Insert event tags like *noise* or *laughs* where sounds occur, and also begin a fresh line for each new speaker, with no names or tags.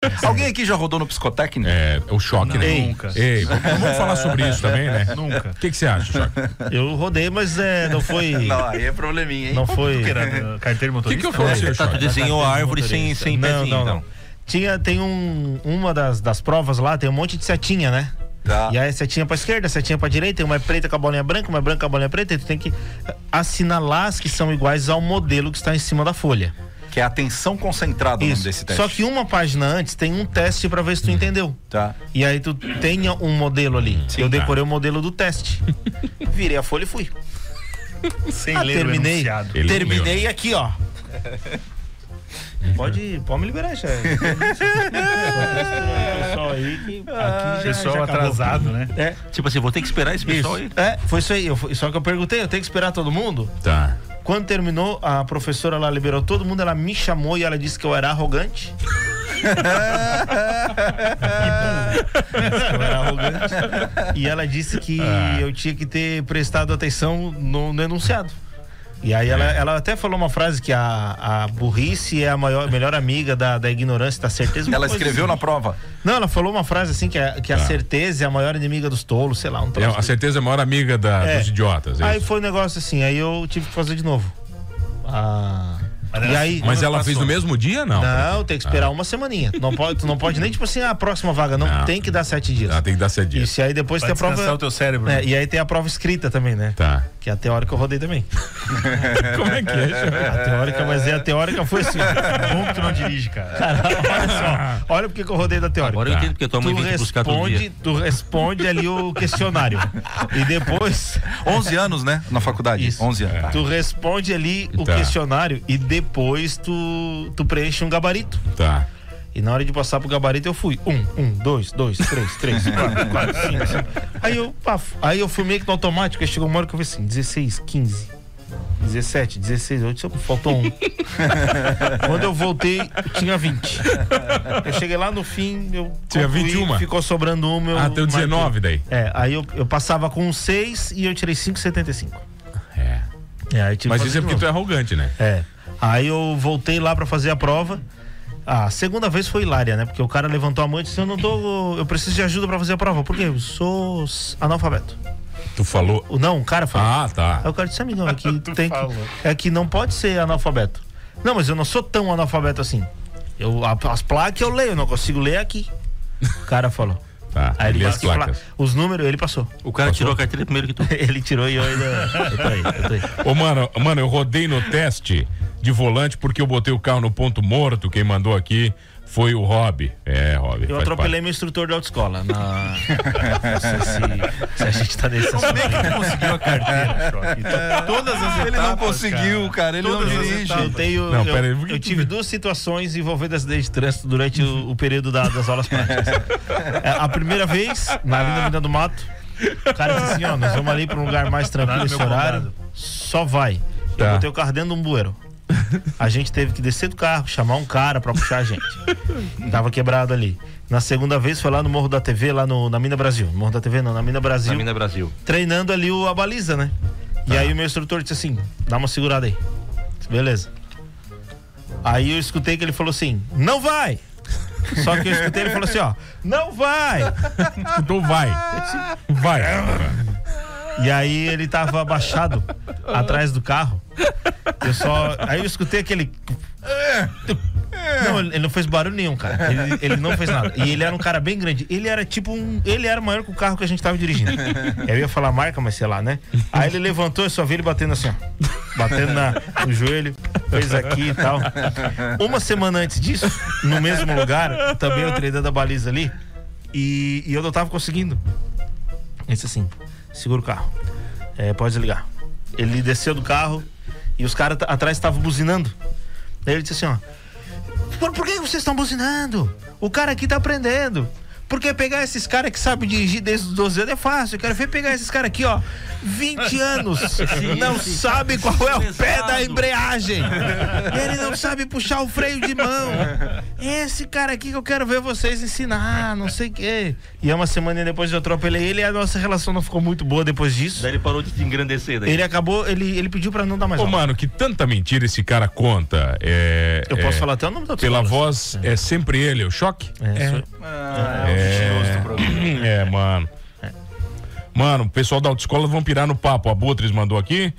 *laughs* Alguém aqui já rodou no psicotécnico?
É, o choque, né?
Ei,
Nunca.
Ei, vamos vamos
*laughs*
falar sobre isso também, né?
Nunca.
O que que você acha,
*laughs*
Choque?
Eu rodei, mas é, não foi.
*laughs* Não, aí é probleminha, hein?
Não foi.
né?
Carteiro
O que
motorista? É,
que aconteceu,
Tá, tu
Choque?
desenhou a árvore sem, sem
não,
pezinho,
não,
então.
não. Tinha, tem um, uma das, das provas lá, tem um monte de setinha, né?
Tá.
E aí setinha pra esquerda, setinha pra direita, uma é preta com a bolinha branca, uma é branca com a bolinha preta, e tu tem que assinalar as que são iguais ao modelo que está em cima da folha.
Que é atenção concentrada o nome
Isso.
desse teste.
Só que uma página antes tem um teste pra ver se tu entendeu.
Tá.
E aí tu tenha um modelo ali.
Hum,
Sim,
eu
tá.
decorei o modelo do
*laughs*
teste. Virei a folha e fui.
Sem
Ah,
ler o
terminei.
enunciado.
Ele
Terminei
*laughs*
aqui, ó. Pode, pode me liberar, já. Pessoal aí que aqui já-
Ah, Pessoal
já acabou.
atrasado, né?
É,
Tipo assim, vou ter que esperar esse pessoal aí.
é, foi isso aí. Eu fui- só que eu perguntei, eu tenho que esperar todo mundo?
Tá.
Quando terminou, a professora lá liberou todo mundo, ela me chamou e ela disse que eu era arrogante. *laughs* eu era arrogante. Ah. E ela disse que eu tinha que ter prestado atenção no, no enunciado. E aí ela, ela até falou uma frase que a, a burrice é a maior, melhor amiga da, da ignorância, da certeza. uma
Ela
coisa
escreveu
assim.
na prova.
Não, ela falou uma frase assim que a, que a
Tá.
certeza é a maior inimiga dos tolos, sei lá, um
É,
troço
a certeza é a maior amiga da-
É.
dos idiotas. é
Aí
isso?
foi um negócio assim, aí eu tive que fazer de novo. Ah. E aí.
Mas ela fez no mesmo dia, não?
Não, tem que esperar uma semaninha. Não pode, tu não pode nem, tipo assim, ah, a próxima vaga. Não,
Não.
tem que dar sete dias.
Ela tem que dar cedinha.
Isso, e aí depois
Pra
tem a
descansar
prova.
o teu cérebro.
né, e aí tem a prova escrita também, né?
Tá.
Que é a teórica eu rodei *laughs* também.
Como é que é,
A teórica, mas é a teórica foi assim.
*laughs* Bom que tu não dirige, cara.
Olha só. Olha porque que eu rodei da teórica.
Agora eu
Tá.
entendo porque tua
Tu
mãe vem te buscar todo
responde,
dia.
tu responde ali o questionário. E depois
11 anos, né? Na faculdade.
Isso.
11 anos. Tá.
Tu responde ali o
Tá.
questionário e depois tu, tu preenche um gabarito.
Tá.
E na hora de passar pro gabarito eu fui. Um, um, dois, dois, três, *laughs* três, quatro, quatro, cinco, cinco. Aí eu, pá, aí eu fui meio que no automático, aí chegou uma hora que eu vi assim, 16, 15. 17, 16, 8, faltou *laughs* um. Quando eu voltei, eu tinha 20. Eu cheguei lá no fim, eu.
Tinha
concluí,
21.
Ficou sobrando um, uma. então eu
Ah, tem o
marquei.
19 daí.
É, aí eu, eu passava com um 6 e eu tirei 5,75.
É.
É, aí tive
Mas
que
isso
fazer
é
de
porque
novo.
tu é arrogante, né?
É. Aí eu voltei lá pra fazer a prova. A segunda vez foi hilária, né? Porque o cara levantou a mão e disse: Eu não tô. Eu preciso de ajuda pra fazer a prova. Por quê? Eu sou s- analfabeto.
Tu falou.
O- Não, o cara falou.
Ah, tá.
Aí o cara disse: Amigão,
*laughs*
é que
Tu
tem que,
falou.
é que não pode ser analfabeto. Não, mas eu não sou tão analfabeto assim. Eu, a- as placas eu leio, eu não consigo ler aqui. O cara falou.
Tá.
Aí ele
Lê as
passou
placas.
os números, ele passou.
O cara tirou a carteira primeiro que tu.
*laughs* Ele tirou e eu ainda. Eu tô aí, eu tô aí.
Ô, mano, mano, eu rodei no teste de volante porque eu botei o carro no ponto morto. Quem mandou aqui foi o Rob. É, Rob.
Eu
faz
atropelei meu instrutor da
*laughs*
autoescola. Na... Não sei se, se a gente tá nesse assunto.
é
É,
Conseguiu a carteira, choque. Todas as
Ele não conseguiu, cara. Ele não
Todas as
dirige.
Eu, tenho,
Não,
eu,
pera aí, por que
eu
tu-
tive duas situações envolvendo acidente de trânsito durante o, o período da- das aulas práticas. É, A primeira vez, na Avenida Avenida do Mato, o cara disse assim: ó, nós vamos ali pra um lugar mais tranquilo
Lá no
esse
meu
horário,
condado.
só vai.
Tá.
Eu botei o carro dentro de um bueiro. A gente teve que descer do carro, chamar um cara pra puxar a gente. Tava quebrado ali. Na segunda vez foi lá no Morro da TV, lá no, na Mina Brasil. Morro da TV não, na Mina Brasil
Na Mina Brasil.
treinando ali o, a baliza, né? E aí o meu instrutor disse assim: dá uma segurada aí. Disse, Beleza. Aí eu escutei que ele falou assim: não vai! Só que eu escutei ele falou assim: ó, não vai!
parte. Então vai. Vai.
E aí ele tava abaixado atrás do carro. Eu só. Aí eu escutei aquele. Não, ele ele não fez barulho nenhum, cara. Ele, ele não fez nada. E ele era um cara bem grande. Ele era tipo um. Ele era maior que o carro que a gente tava dirigindo. Eu ia falar marca, mas sei lá, né? Aí ele levantou e só vi ele batendo assim, ó. Batendo na- no joelho, fez aqui e tal. Uma semana antes disso, no mesmo lugar, também eu treinando a baliza ali. E, e eu não tava conseguindo. Ele disse assim: segura o carro. É, pode desligar. Ele desceu do carro e os caras t- atrás estavam buzinando. Daí ele disse assim: ó. Por, por que vocês estão buzinando? O cara aqui tá aprendendo. Porque pegar esses caras que sabem dirigir desde os 12 anos é fácil. Eu quero ver pegar esses caras aqui, ó,
*laughs*
20 anos, não
sim.
sabe qual é o pé da
Pesado.
embreagem. Ele não sabe puxar o freio de mão. Esse cara aqui que eu quero ver vocês ensinar, não sei o quê. E é uma semana depois eu atropelei ele e a nossa relação não ficou muito boa depois disso.
Daí ele parou de te engrandecer. Daí.
Ele acabou, ele, ele pediu pra não dar mais
Ô,
aula.
mano, que tanta mentira esse cara conta. É,
Eu
é,
posso falar até o nome da
Pela
voz.
voz, é sempre ele, o choque?
É.
Ah, é o
É.
destinoso do programa.
É, mano. Mano, o pessoal da autoescola vão pirar no papo. A Butres mandou aqui.